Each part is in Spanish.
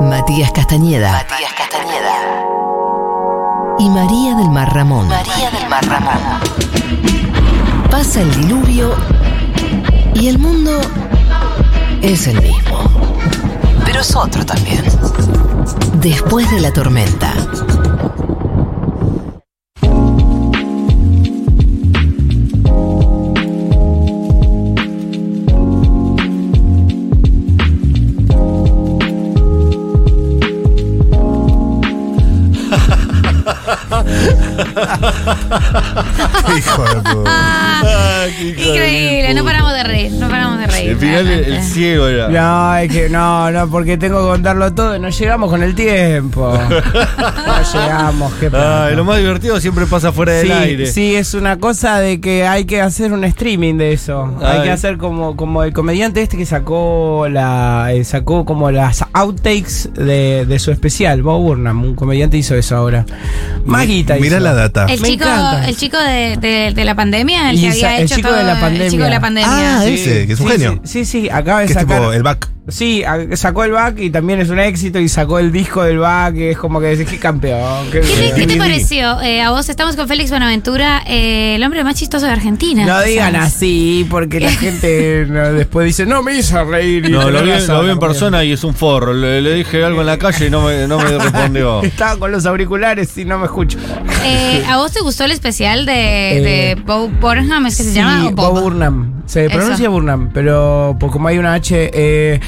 Matías Castañeda. Matías Castañeda. Y María del Mar Ramón. María del Mar Ramón. Pasa el diluvio y el mundo es el mismo. Pero es otro también. Después de la tormenta. Hijo de puta. Ah, qué hijo de Increíble, no paramos de reír, no paramos de reír. El final, el, realmente. el ciego era. No, es que no, no, porque tengo que contarlo todo y no llegamos con el tiempo. No llegamos, qué pena. Ay, lo más divertido siempre pasa fuera Ah, del Sí, aire. sí, es una cosa de que hay que hacer un streaming de eso. Hay Ay. que hacer como, como el comediante este que sacó la eh, sacó como las outtakes de, de su especial, Bob Burnham, un comediante hizo eso ahora. Maguita Mirá la data. El Me chico, encanta. el chico de, de- de la pandemia, el Y que esa- había el hecho chico todo, de la pandemia. el chico de la pandemia. Ah, ese, que es un Sí, genio. Sí, sí, sí, acaba de Que es sacar. tipo el back. Sí, a- sacó el back y también es un éxito y sacó el disco del back y es como que decís, qué campeón. Qué, ¿Qué te, qué te bien". pareció eh, a vos? Estamos con Félix Bonaventura, eh, el hombre más chistoso de Argentina. No digan ¿sabes? así porque la gente no, después dice, no me hizo reír. y No, lo tenés vi, razón, lo vi la en comida. persona y es un forro. Le, le dije algo en la calle y no me, no me respondió. Estaba con los auriculares y no me escucho. Eh, ¿A vos te gustó el especial de, Eh, de Bo Burnham? ¿Es que se llama? ¿O Bob? Bob Burnham. Se Eso. pronuncia Burnham, pero pues, como hay una H. eh,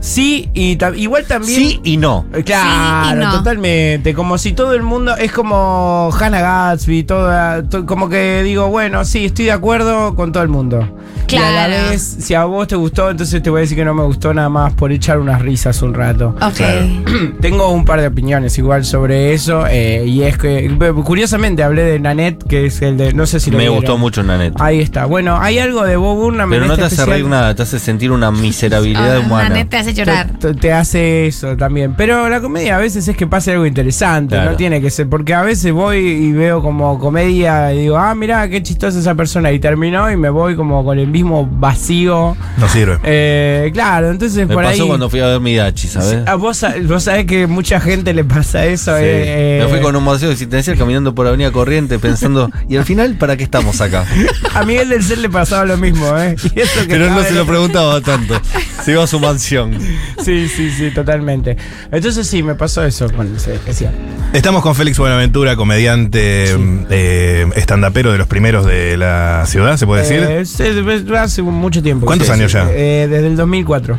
sí, y ta- igual también. Sí y no. Eh, Claro, Sí y no. totalmente. Como si todo el mundo. Es como Hannah Gatsby, toda. to- como que digo, bueno, sí, estoy de acuerdo con todo el mundo. Y a la Claro. vez, si a vos te gustó, entonces te voy a decir que no me gustó nada más por echar unas risas un rato. Ok. Tengo un par de opiniones igual sobre eso. eh, y es que. Curiosamente hablé de Nanette, que es el de. No sé si lo me vieron. gustó mucho Nanette. Ahí está. Bueno, hay algo de Bob Burnham Pero en no este te hace especial reír nada, te hace sentir una miserabilidad Ah, humana. Nanette te hace llorar. te, te hace eso también. Pero la comedia a veces es que pase algo interesante, Claro. no tiene que ser. Porque a veces voy y veo como comedia y digo, ah, mirá, qué chistosa esa persona. Y terminó y me voy como con el mismo vacío. No sirve. Eh, claro, entonces Me por pasó ahí. Ah, cuando fui a ver Midachi, ¿sabes? A vos, sa- vos sabés que mucha gente le pasa eso. Sí. eh, Me fui eh, con un museo existencial caminando por Avenida Corriente pensando, ¿y al final para qué estamos acá? A Miguel del Cel le pasaba lo mismo, ¿eh? Y eso que Pero no estaba se en lo otro- preguntaba tanto. Se iba a su mansión. Sí, sí, sí, totalmente. Entonces sí, me pasó eso con ese especial. Estamos con Félix Buenaventura, comediante eh, estandapero de los primeros de la ciudad, ¿se puede decir? Eh, sí, sí, hace mucho tiempo. que ¿Cuántos sí, años sí. ya? Eh, desde el 2004.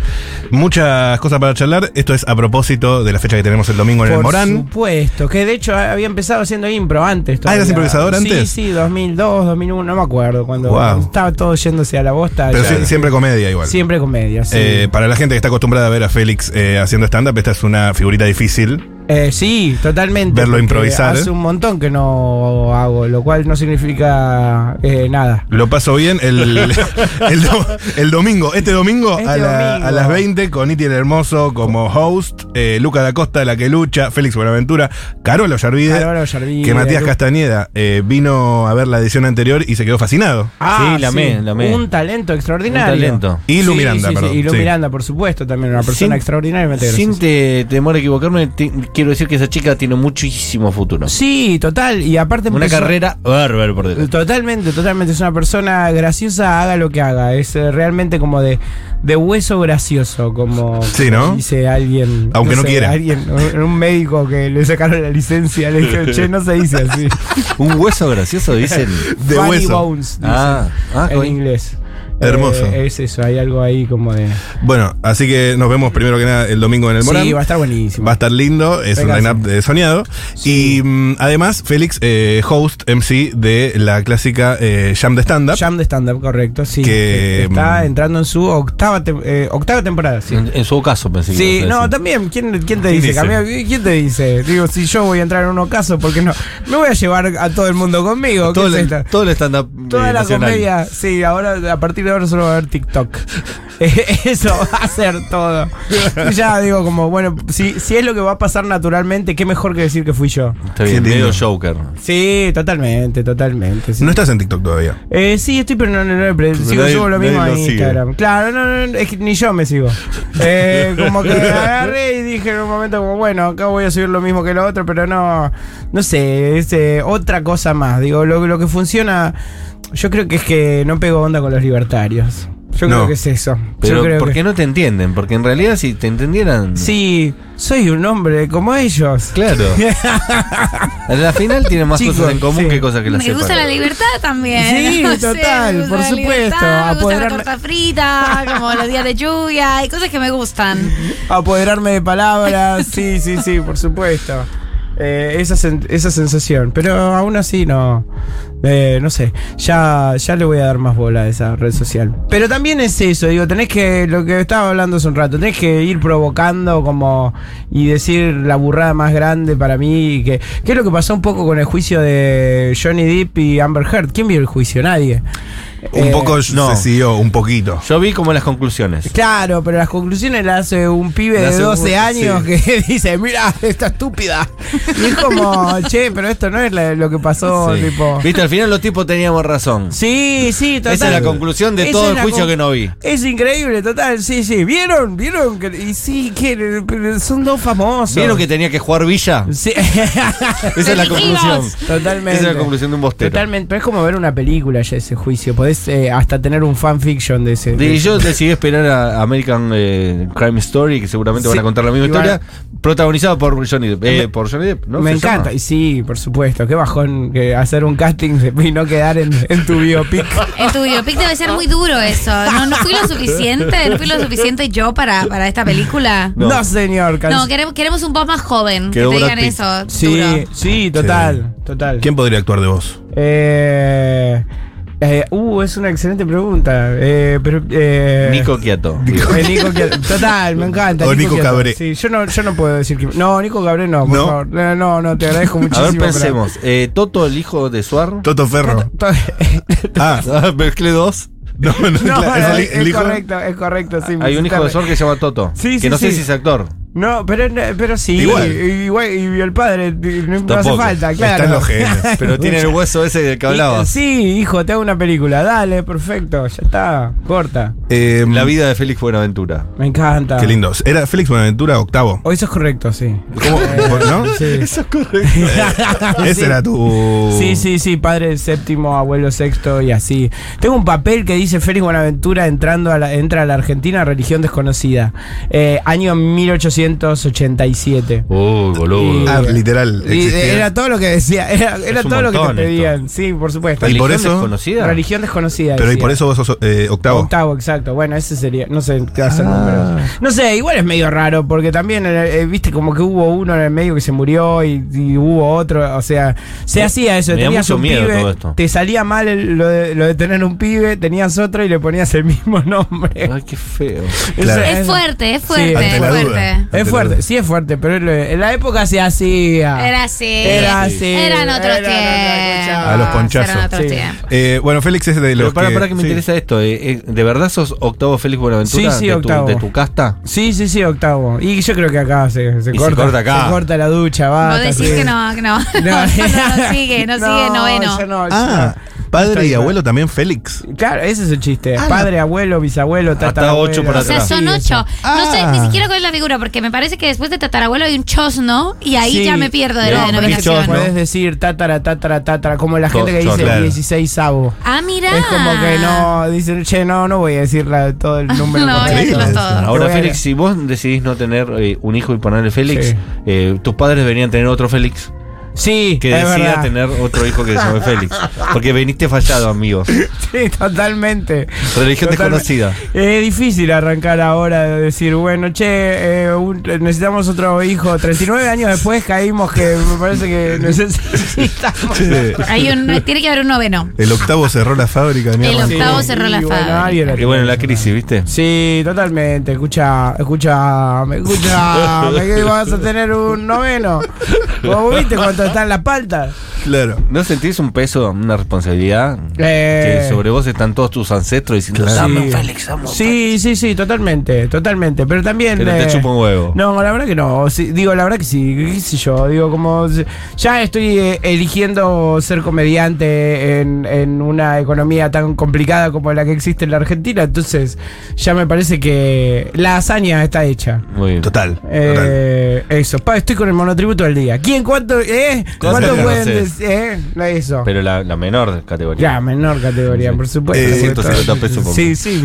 Muchas cosas para charlar. Esto es a propósito de la fecha que tenemos el domingo en el Por Morán. supuesto, que de hecho eh, había empezado haciendo impro antes. todavía. Ah, ¿eras improvisador antes? Sí, sí, 2002, 2001, no me acuerdo. Cuando Wow. estaba todo yéndose a la bosta. Pero ya- sí- siempre comedia igual. siempre comedia, sí. Eh, para la gente que está acostumbrada a ver a Félix eh, haciendo stand-up, esta es una figurita difícil. Eh, sí, totalmente. verlo porque improvisar. ¿eh? Hace un montón que no hago, lo cual no significa eh, nada. Lo paso bien el, el do- el domingo, este domingo, Este a, la- domingo. a las 20 con Iti el Hermoso como host, eh, Luca da Costa, La Que Lucha, Félix Buenaventura, Carola Ollarvide, Álvaro Yarvide, que Matías Lu- Castañeda eh, vino a ver la edición anterior y se quedó fascinado. Ah, Sí, la amé, la amé. Un talento extraordinario. Un talento. Y Lu Miranda, sí, sí, perdón, Y Lu sí. Miranda, por supuesto, también una persona Sin- extraordinaria. me interesa. Sin te- temor a equivocarme, te- quiero decir que esa chica tiene muchísimo futuro. Sí, total. Y aparte Una empezó- carrera bárbara por delante. Totalmente, totalmente. Es una persona graciosa, haga lo que haga. Es eh, realmente como de, de hueso gracioso, como Sí, ¿no? dice alguien. Aunque no sé, quiera. Alguien, un, un médico que le sacaron la licencia, le dijeron, che, no se dice así. Un hueso gracioso, dicen. De Funny hueso. bones, dicen ah, ah, en coño. inglés. Hermoso. Eh, es eso, hay algo ahí como de. Bueno, así que nos vemos primero que nada el domingo en el Morán. Sí, va a estar buenísimo. Va a estar lindo, es Venga, un line-up eh, soñado. Y mm, además, Félix, eh, host MC de la clásica eh, Jam de Stand Up. Jam de stand-up, correcto, sí. Este, Que- está entrando en su octava, tem- eh, octava temporada, sí. En, en su caso pensé que Sí, ibas a no, decir. también, ¿quién, quién te ¿Quién dice? dice? Camila? ¿Quién te dice? Digo, si yo voy a entrar en un ocaso, ¿por qué no? Me voy a llevar a todo el mundo conmigo. ¿qué Todo es el, esta? todo el stand-up. Toda eh, la nacional. comedia, sí, ahora a partir de ahora solo va a haber TikTok. Eh, Eso va a ser todo. Y ya digo, como, bueno, si, si es lo que va a pasar naturalmente, qué mejor que decir que fui yo. Está Qué bien, lindo. medio Joker. Sí, totalmente, totalmente. sí. No estás en TikTok todavía. Eh, sí, estoy, pero no, no, no, pero sigo, nadie- subo lo nadie mismo a lo sigue. Instagram. Claro, no, no, no, es que ni yo me sigo. Eh, como que agarré y dije en un momento como, bueno, acá voy a subir lo mismo que lo otro, pero no, no sé, es eh, otra cosa más. Digo, lo, lo que funciona, yo creo que es que no pego onda con los libertarios. Yo No. creo que es eso. yo Pero creo ¿por que- qué no te entienden? Porque en realidad si te entendieran... Sí, soy un hombre como ellos. Claro. En la final tiene más Chicos, cosas en común sí. que cosas que la Me gusta la libertad también. Sí, no sé, total, me gusta por la supuesto, libertad, Me gusta la apoderarme- torta frita, como los días de lluvia. Hay cosas que me gustan. Apoderarme de palabras, sí, sí, sí, por supuesto. Eh, esa, sen- esa sensación, pero aún así no. eh, no sé, ya, ya le voy a dar más bola a esa red social. Pero también es eso, digo, tenés que, lo que estaba hablando hace un rato, tenés que ir provocando como y decir la burrada más grande para mí. y Que, ¿Qué es lo que pasó un poco con el juicio de Johnny Depp y Amber Heard? ¿Quién vio el juicio? Nadie. Un Eh, poco no. se siguió, un poquito. Yo vi como las conclusiones. Claro, pero las conclusiones las hace un pibe Las de hace un- 12 años que dice, mira, esta estúpida. Y es como, che, pero esto no es la- lo que pasó, Sí. tipo. Viste, al final los tipos teníamos razón. Sí, sí, total. Esa es la conclusión de Esa todo es el la juicio con- que no vi. Es increíble, total, sí, sí. ¿Vieron? ¿Vieron? que- Y sí, que pero son dos famosos. ¿Vieron que tenía que jugar Villa? Sí. Esa es la Elegimos. conclusión. Totalmente. Esa es la conclusión de un bostero. Totalmente, pero es como ver una película ya ese juicio. Podés eh, hasta tener un fanfiction de ese. de Y yo decidí esperar a American eh, Crime Story, que seguramente van a Sí, contar la misma y van- historia, protagonizado por Johnny Depp. eh, por Johnny Depp, ¿no? Me ¿Se encanta, y llama? sí, por supuesto. Qué bajón que hacer un casting y no quedar en, en tu biopic. En tu biopic debe ser muy duro eso. No, no fui lo suficiente, no fui lo suficiente yo para, para esta película. No, No. señor. can- No, queremos, queremos un voz más joven. Quedó que te digan Brad Pitt. eso. sí, Duro. sí, total, total. ¿Quién podría actuar de vos? Eh, eh, uh, es una excelente pregunta. Eh, pero, eh, Nico Quiato. eh, Nico Quia- total, me encanta. O Nico Quia- Cabré. Sí, yo no, yo no puedo decir que. No, Nico Cabré no, por ¿No? favor. No, no, no, te agradezco A muchísimo. ver, pero- pensemos. Eh, Toto, el hijo de Suar. Toto Ferro. Ah, Ah, Mezclé dos. no, no, No, claro, es, el- el hijo- correcto, es correcto. Sí, Hay un hijo de visitarme. Suar que se llama Toto. Sí, que sí, no sé sí. si es actor. No, pero, pero sí. Igual. Y, igual, y el padre, no hace Tampoco. falta, claro. eh, Están los genes. Pero tiene el hueso ese del que hablabas. Sí, hijo, te hago una película. Dale, perfecto, ya está, corta. Eh, La vida de Félix Buenaventura. Me encanta. Qué lindo. ¿Era Félix Buenaventura octavo? O eso es correcto, sí. ¿Cómo? ¿No? Sí. Ese Sí. era tu. Sí, sí, sí, padre séptimo, abuelo sexto y así. Tengo un papel que dice Félix Buenaventura entrando a la, entra a la Argentina, religión desconocida. Eh, año 1887. Uy, boludo. Ah, literal. Y existía. era todo lo que decía, era, era Es un todo lo que te montón esto. pedían. Sí, por supuesto. Y por ¿Religión eso- desconocida? Religión desconocida. Pero y decía. por eso vos sos eh, octavo. Octavo, exacto. Bueno, ese sería. No sé qué hacen Ah. números. No sé, igual es medio raro, porque también, eh, eh, viste, como que hubo uno en el medio que se murió y, y hubo otro. O sea, se Me- hacía eso. me da Tenías mucho un miedo pibe, todo esto. te salía mal el- lo, de, lo de tener un pibe, tenías otro y le ponías el mismo nombre. Ay, qué feo. claro. Eso Es fuerte, es fuerte, Sí. Ante es la duda. fuerte. Es fuerte, sí es fuerte, pero en la- en la época se hacía. Era así. Ah. Era así. Eran otros Era otra tiempos. cosa. Ah, A los ponchazos. Eran otros Sí. tiempos. Eh, bueno, Félix es de los. Pero para, que, para que me sí. interesa esto. eh, eh, ¿De verdad sos octavo Félix Buenaventura? Sí, sí, de, tu- octavo. de Tu, casta? Sí, sí, sí, octavo. Y yo creo que acá se, se Y se corta. corta acá. se corta la ducha, va. Vos decís que no, que no. No, no, no sigue, no, sigue noveno. yo no, yo Ah, no. padre Estoy y mal. abuelo también Félix. Claro, ese es el chiste. Padre, abuelo, bisabuelo, Ah, Hasta tatarabuelo. ocho por O sea, atrás. son Sí, ocho. No sé Ah. ni siquiera cuál es la figura, porque me parece que después de tatarabuelo hay un chosno y ahí Sí. ya me pierdo de No, la porque denominación. chosno. Puedes decir tatara, tatara, tatara, como la Todo, gente que dice claro. 16 avo. Ah, mira. Es como que no, dicen, che, no, no voy a decir la- todo el número. No, completo. voy a decirlo Increíble. todo. Te Ahora, voy a- Félix, si vos decidís no tener eh, un hijo y ponerle Félix, Sí. eh, tus padres deberían tener otro Félix Sí, que es decida verdad. tener otro hijo que se llame Félix. Porque viniste fallado, amigos. Sí, totalmente. Religión Totalmente. desconocida. Es difícil arrancar ahora de decir, bueno, che, eh, un- necesitamos otro hijo. 39 años después caímos que me parece que necesitamos. Hay un, tiene que haber un noveno. El octavo cerró la fábrica de El mierda. octavo cerró la y bueno, fábrica. alguien la Y bueno, la tiene. crisis, ¿viste? Sí, totalmente. Escucha, escucha, escucha. Que vas a tener un noveno. Vos viste cuánto está en la palta. Claro. ¿No sentís un peso, una responsabilidad? Eh. Que sobre vos están todos tus ancestros diciendo, dame un Sí. Félix, dame un Félix". Sí, sí, sí, totalmente, totalmente. Pero también. Pero te eh, chupa un huevo. No, la verdad que no. sí, digo, la verdad que sí, qué sé yo. Digo, como. Ya estoy eh, eligiendo ser comediante en, en una economía tan complicada como la que existe en la Argentina. Entonces, ya me parece que la hazaña está hecha. Muy bien. Total. total. Eh, eso, pa, estoy con el monotributo del día. ¿Quién? ¿Cuánto? ¿Eh? ¿Cuánto que no pueden sé. decir? ¿Eh? No, Eso. Pero la, la menor categoría. Ya, menor categoría, por supuesto. Eh, porque todo- 150 pesos por Sí, sí.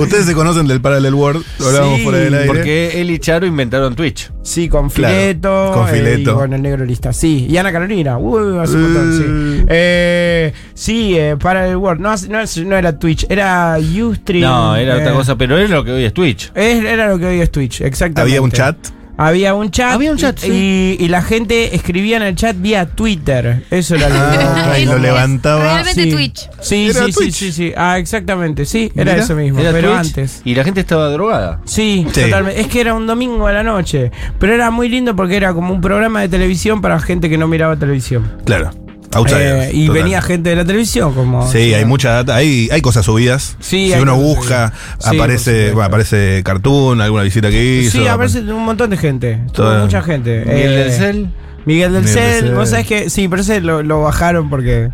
Ustedes se conocen del Parallel World, lo hablábamos Sí, por el aire. Porque él y Charo inventaron Twitch. Sí, con Claro, fileto. con eh, Fileto. y con el negro lista. Sí. Y Ana Carolina. Uy, hace un montón, sí. Mm. Eh, sí, eh, para el Word. No, hace- no, es- no era Twitch, era Ustream. No, era otra eh, cosa, pero es lo que hoy es Twitch. es- era lo que hoy es Twitch, exactamente. Había un chat. Había un chat. Había un chat, y, y- y la gente escribía en el chat vía Twitter. Eso era lo Ah, que y lo es levantaba. Realmente Sí. Twitch. Sí, Era sí, Twitch. sí, sí, sí. Ah, exactamente. Sí, era Mira, eso mismo. Era pero Twitch antes. Y la gente estaba drogada. Sí, Sí. totalmente. Es que era un domingo a la noche. Pero era muy lindo porque era como un programa de televisión para gente que no miraba televisión. Claro. Outsiders. Eh, y total. venía gente de la televisión, como. Sí, hay mucha data, hay, hay cosas subidas. Sí, si hay uno cosas busca, subidas. Sí, por aparece, supuesto. bueno, aparece cartoon, alguna visita que hizo. Sí, aparece un montón de gente. Estuvo Todo. mucha gente. Miguel Eh, del Cel. Miguel del Miguel del Cel. Cel. Vos sabés que. Sí, pero ese lo, lo bajaron porque.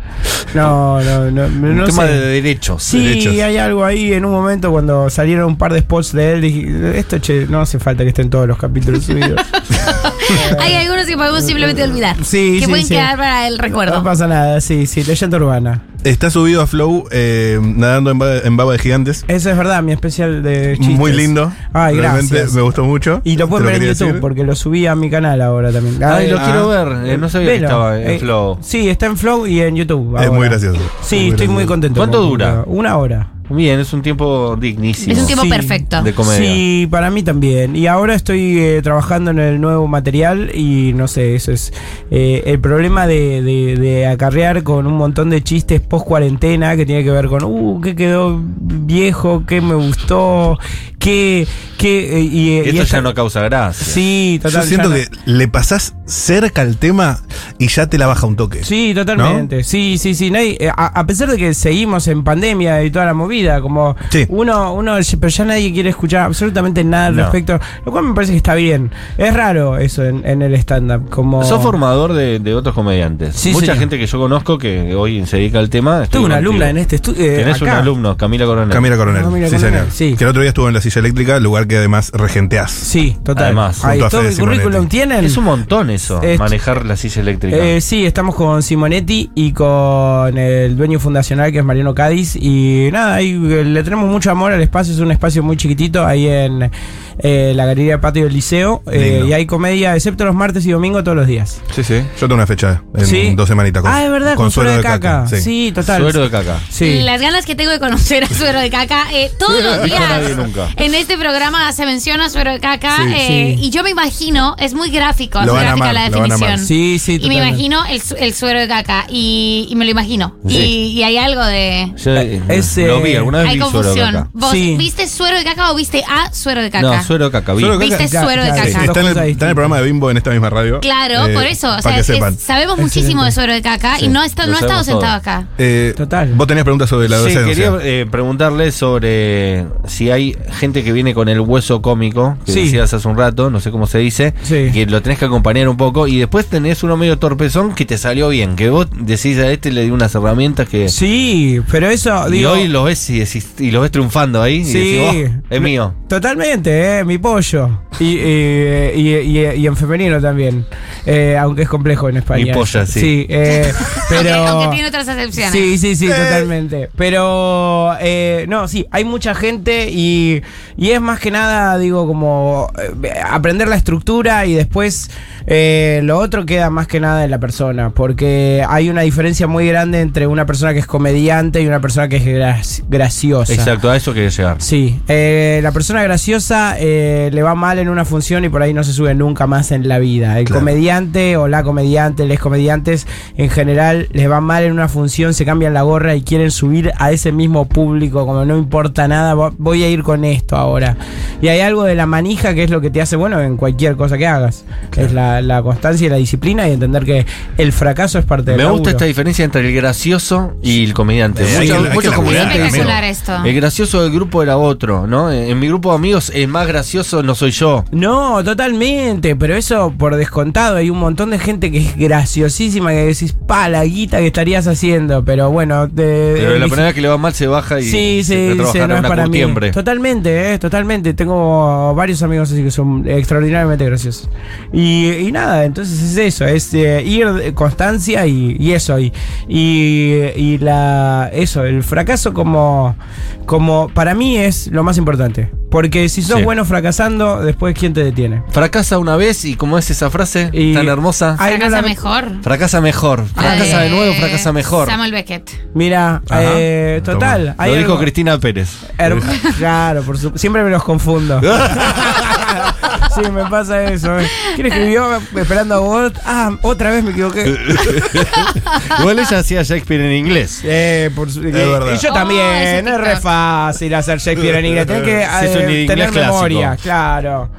No, no, no. no Un tema sé. de derechos. Sí, derechos. hay algo ahí en un momento cuando salieron un par de spots de él. Dije, esto che, no hace falta que estén todos los capítulos subidos. Hay algunos que podemos simplemente olvidar. Sí, que sí, pueden sí. Ah, quedar para el No recuerdo. pasa nada, sí, sí, leyenda urbana. Está subido a Flow eh, nadando en, ba- en baba de gigantes. Eso es verdad, mi especial de chistes. Muy lindo. Ay, Realmente gracias. me gustó mucho. Y lo Te pueden ver en quería YouTube decir. porque lo subí a mi canal ahora también. Ay, Ah, lo eh, quiero ah. ver. eh, no sabía que Velo. estaba en Eh, Flow. Sí, está en Flow y en YouTube. Es ahora. muy gracioso. Sí, estoy muy contento. ¿Cuánto con- dura? Una hora. Bien, es un tiempo dignísimo. Es un tiempo Sí. perfecto. De comedia. Sí, para mí también. Y ahora estoy eh, trabajando en el nuevo material y no sé, eso es eh, el problema de, de- de acarrear con un montón de chistes post cuarentena que tiene que ver con, uh, qué quedó viejo, qué me gustó, qué... qué eh, y, eh, Esto y ya esta- no causa gracia. Sí, Yo total, ya siento no- que le pasás cerca al tema y ya te la baja un toque. Sí, totalmente. Sí, sí, sí. Nadie- eh, a, a pesar de que seguimos en pandemia y toda la movida, como Sí. uno, uno, pero ya nadie quiere escuchar absolutamente nada al No. respecto, lo cual me parece que está bien. Es raro eso en, en el stand-up. Como... Sos formador de, de otros comediantes. Sí, Mucha señor. gente que yo conozco que hoy se dedica al tema. estuvo Tuve una contigo. alumna en este estudio. Tenés un alumno, Camila Coronel. Camila Coronel. Camila sí, Coronel, señor. sí. Que el otro día estuvo en la silla eléctrica, lugar que además regenteás. Sí, total. Además, Ahí junto a todo Fede mi currículum Simonetti. tienen. Es un montón eso, Eh, manejar la silla eléctrica. Eh, sí, estamos con Simonetti y con el dueño fundacional que es Mariano Cádiz. Y nada, ahí eh, le tenemos mucho amor al espacio, es un espacio muy chiquitito ahí en eh, la galería Patio del Liceo. eh, Lindo. y hay comedia, excepto los martes y domingo, todos los días. Sí, sí. Yo tengo una fecha en Sí. dos semanitas. ah, es verdad, con, suero, de caca. Sí. total. Suero de caca. Sí. Las ganas que tengo de conocer a Suero de Caca. eh, todos los dijo días nadie nunca. en este programa se menciona Suero de Caca. Sí. eh, Sí. Y yo me imagino, es muy gráfico, Lo es van a gráfica amar, la lo van a amar. definición. Sí, sí, y me totalmente. imagino el, su- el Suero de Caca. Y, y me lo imagino. Sí. Y, y hay algo de. Yo, eh, Es, lo eh, vi, alguna vez Hay vi suero de confusión. caca. ¿Vos Sí. viste Suero de Caca o viste a Suero de Caca? No, suero de caca, vi. Suero de Viste Caca. suero de Ya, ya, caca. sí, Está en, Dos el, cosas está en el programa de Bimbo en esta misma radio. Claro, Eh, por eso. O para sea, que es- sepan. sabemos muchísimo de Suero de Caca Sí. y no, está, Lo no ha estado sabemos todo. sentado acá. Eh, Total. Vos tenías preguntas sobre la Sí, docencia. quería eh, preguntarle sobre si hay gente que viene con el hueso cómico, que Sí. decías hace un rato, no sé cómo se dice, Sí. que lo tenés que acompañar un poco, y después tenés uno medio torpezón que te salió bien, que vos decís a este le di unas herramientas que... Sí, pero eso, y digo. hoy lo ves y, decís- y lo ves triunfando ahí, Sí. y decís, "Oh, es mío. Totalmente, eh, mi pollo. Y, y- y- y- y en femenino también. Eh, aunque es complejo en España. Mi polla, sí. eh, pero. Aunque- aunque tiene otras acepciones. Sí, sí, Eh. sí, totalmente. Pero, eh, no, sí, hay mucha gente y, y es más que nada, digo, como eh, aprender la estructura y después eh, lo otro queda más que nada en la persona, porque hay una diferencia muy grande entre una persona que es comediante y una persona que es gra- graciosa. Exacto, a eso quería llegar. Sí, eh, la persona graciosa eh, le va mal en una función y por ahí no se sube nunca más en la vida. El Claro. comediante o la comediante, les comediantes en general les va mal en una función, se cambian la gorra y quieren subir a ese mismo público, como no importa nada, vo- voy a ir con esto ahora. Y hay algo de la manija que es lo que te hace bueno en cualquier cosa que hagas. Es la, la constancia y la disciplina y entender que el fracaso es parte de Me gusta esta laburo. diferencia entre el gracioso y el comediante. Eh, hay que- Muchos, hay que muchos laburar, comediantes dicen, espectacular esto. el gracioso del grupo era otro, ¿no? En en mi grupo de amigos, el más gracioso no soy yo. No, totalmente, pero eso por descontado. Hay un montón de gente que es graciosísima, que decís, pa, la guita que estarías haciendo, pero bueno, te, Pero la elegí- primera vez que le va mal se baja y Eh, Sí, se va sí, a sí, trabajar no a es una para mí. curtiembre. Totalmente, eh, totalmente. Tengo varios amigos así que son extraordinariamente graciosos. Y, y nada, entonces es eso, es eh, ir de constancia y, y eso. Y, y, y la eso, el fracaso como, como para mí es lo más importante. Porque si sos Sí. bueno fracasando, después ¿quién te detiene? Fracasa una vez y como es esa frase Y- tan hermosa, Ay, no Fracasa la- mejor. Eh, fracasa mejor, fracasa de nuevo, fracasa mejor. Samuel Beckett. Mira, Ajá. eh, total. Lo dijo algo- Cristina Pérez. Her- claro, por su- siempre me los confundo. sí, me pasa eso. eh. ¿Quién escribió esperando a vos? Ah, otra vez me equivoqué. Eh, Igual ella hacía Shakespeare en inglés. Eh, por su- eh, verdad. y yo Oh, también, ese es re TikTok. fácil hacer Shakespeare en inglés. Tenés que Sí, es un eh, inglés tener clásico. memoria, claro.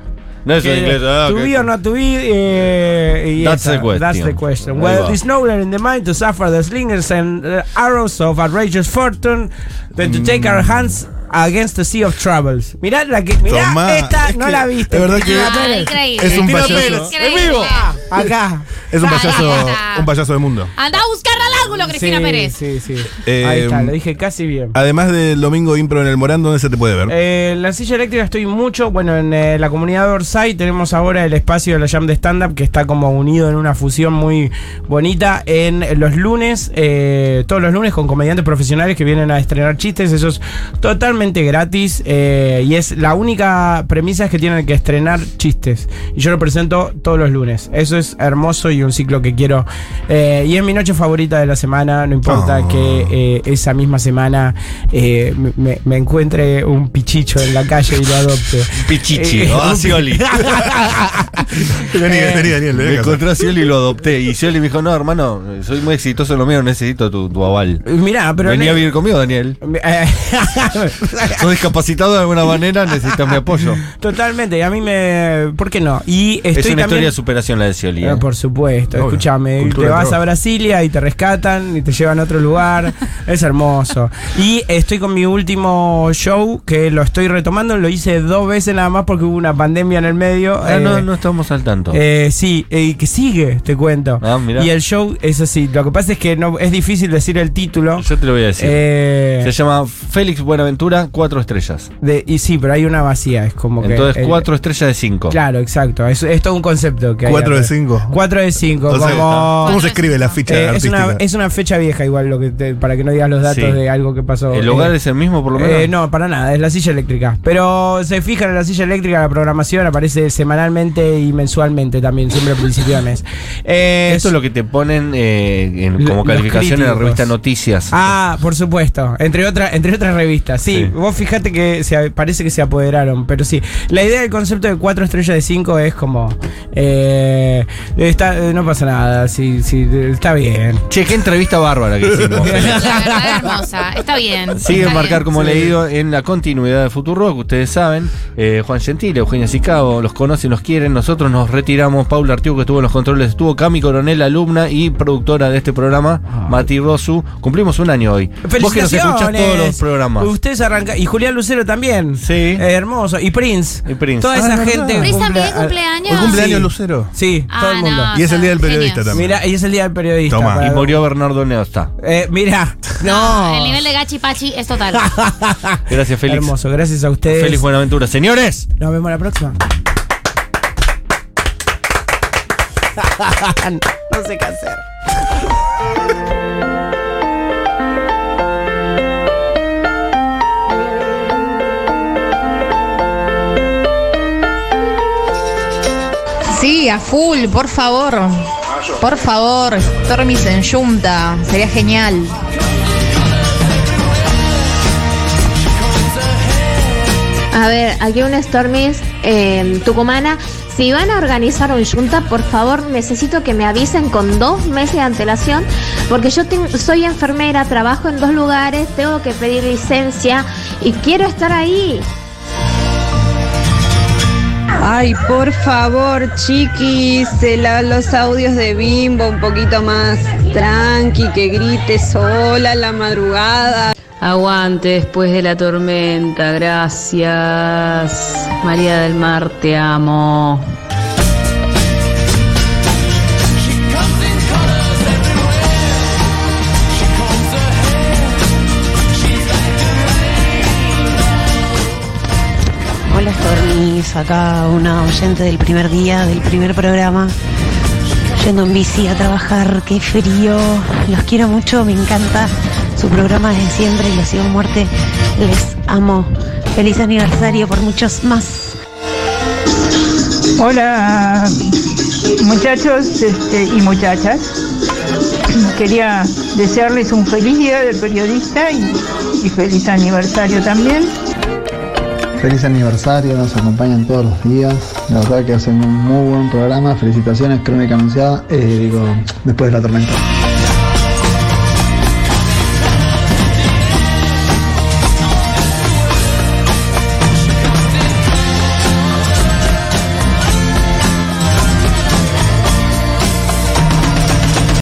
No es en Que inglés. ah, to ok. be or not to be, eh, y That's esa, the question. That's the question. Ahí Well, va. it's no in the mind to suffer the slingers and uh, arrows of outrageous fortune, than to take our hands against the sea of troubles. Mirá la que. Mirá, Tomá. esta Es no que- la viste. de verdad que- Cristina Ah, Pérez. increíble. Es un Cristina payaso. Pérez, ¡En vivo! Acá. Es un Ahí payaso, está. un payaso de mundo. Anda a buscar al ángulo, Cristina sí, Pérez. Sí, sí. Eh, Ahí está, lo dije casi bien. Además del domingo impro en el Morán, ¿dónde se te puede ver? Eh, en la silla eléctrica estoy mucho. Bueno, en eh, la comunidad de Orsay tenemos ahora el espacio de la Jam de Stand Up que está como unido en una fusión muy bonita. En los lunes, eh, todos los lunes, con comediantes profesionales que vienen a estrenar chistes. Eso es totalmente gratis eh, y es la única premisa es que tienen que estrenar chistes. Y yo lo presento todos los lunes. Eso es hermoso y un ciclo que quiero. Eh, y es mi noche favorita de la semana. No importa Oh. que eh, esa misma semana eh, me- me, me encuentre un pichicho en la calle y lo adopte. Pichichi, Eh, ah, un Scioli. Vení, eh, vení, Daniel, Me vení acá. encontré a Scioli y lo adopté. Y Scioli me dijo, no, hermano, soy muy exitoso en lo mío, necesito tu, tu aval. Mirá, pero. Venía a no- vivir conmigo, Daniel. Eh, Sos discapacitado de alguna manera, necesitas mi apoyo. Totalmente, y a mí me. ¿Por qué no? Y estoy es una también, historia de superación la de Scioli. Eh, eh. por supuesto, Obvio. escúchame. Cultura Te de vas droga. a Brasilia y te rescatan y te llevan a otro lugar. es hermoso. Y estoy con mi último show que lo estoy retomando. Lo hice dos veces nada más porque hubo una pandemia en el medio. Ah, Eh, no, no estamos al tanto. eh, sí, eh, y que sigue, te cuento. Ah, mirá. y el show es así. Lo que pasa es que no es difícil decir el título. Yo te lo voy a decir. Eh, Se llama Félix Buenaventura, cuatro estrellas. de- y sí, pero hay una vacía. Es como que. Entonces, el- cuatro estrellas de cinco. Claro, exacto. Es, es todo un concepto que hay Cuatro de atrás. cinco. Cuatro de cinco. O sea, como- ¿Cómo se escribe la ficha Eh, es, artística? una, es una fecha vieja igual, lo que te- para que no digas los datos Sí. de algo que pasó. ¿El hogar Eh, es el mismo, por lo menos? eh, no, para nada, es la silla eléctrica. Pero se fijan en la silla eléctrica, la programación aparece semanalmente y mensualmente también, siempre a principio de mes. Eh, Esto es lo que te ponen eh, en- como Los calificación en la críticos. revista Noticias. Ah, por supuesto, entre, otra, entre otras revistas. Sí, Sí. vos fijate que se, parece que se apoderaron, pero sí. La idea del concepto de cuatro estrellas de cinco es como... eh, está, no pasa nada, sí, sí, está bien. Che, qué entrevista bárbara que hicimos. Félix. La verdad, hermosa. Está bien. Sigue está marcar bien. como sí. leído en la continuidad de Futuro que ustedes saben. eh, Juan Gentile, Eugenia Sicabo, los conocen, los quieren. Nosotros nos retiramos. Paula Artigo, que estuvo en los controles, estuvo Cami Coronel, alumna y productora de este programa, Mati Rosu. Cumplimos un año hoy. Vos que nos escuchás todos los programas. Ustedes arrancan. Y Julián Lucero también. Sí. Eh, hermoso. Y Prince. Y Prince. Toda Ah, esa es verdad. gente. que Pris cumple- también al- Hoy cumpleaños. cumpleaños Sí. Lucero. Sí, Ah, todo el mundo. no, Y es el día del son periodista genios. también. Mira, y es el día del periodista. Toma. Y para- murió Bernardo Neosta. Eh, mira. No. No, El nivel de gachi pachi es total. Gracias, Félix. Hermoso. Gracias a ustedes. Félix Buenaventura. Señores. Nos vemos la próxima. no sé qué hacer. Sí, a full, por favor. Por favor, Stormis en Junta. Sería genial. ver, aquí un Stormis eh, tucumana. Si van a organizar un junta, por favor, necesito que me avisen con dos meses de antelación, porque yo ten- soy enfermera, trabajo en dos lugares, tengo que pedir licencia y quiero estar ahí. Ay, por favor, chiquis, eh, la- los audios de Bimbo un poquito más tranqui, que grite sola en la madrugada. Aguante después de la tormenta, gracias. María del Mar, te amo. Hola Stormis, acá una oyente del primer día, del primer programa, yendo en bici a trabajar, qué frío, los quiero mucho, me encanta su programa desde siempre, los sigo a muerte, les amo. Feliz aniversario por muchos más. Hola, muchachos este, y muchachas. Quería desearles un feliz día del periodista y, y feliz aniversario también. Feliz aniversario, nos acompañan todos los días. La verdad que hacen un muy buen programa. Felicitaciones, Crónica Anunciada. Eh, digo, después de la tormenta.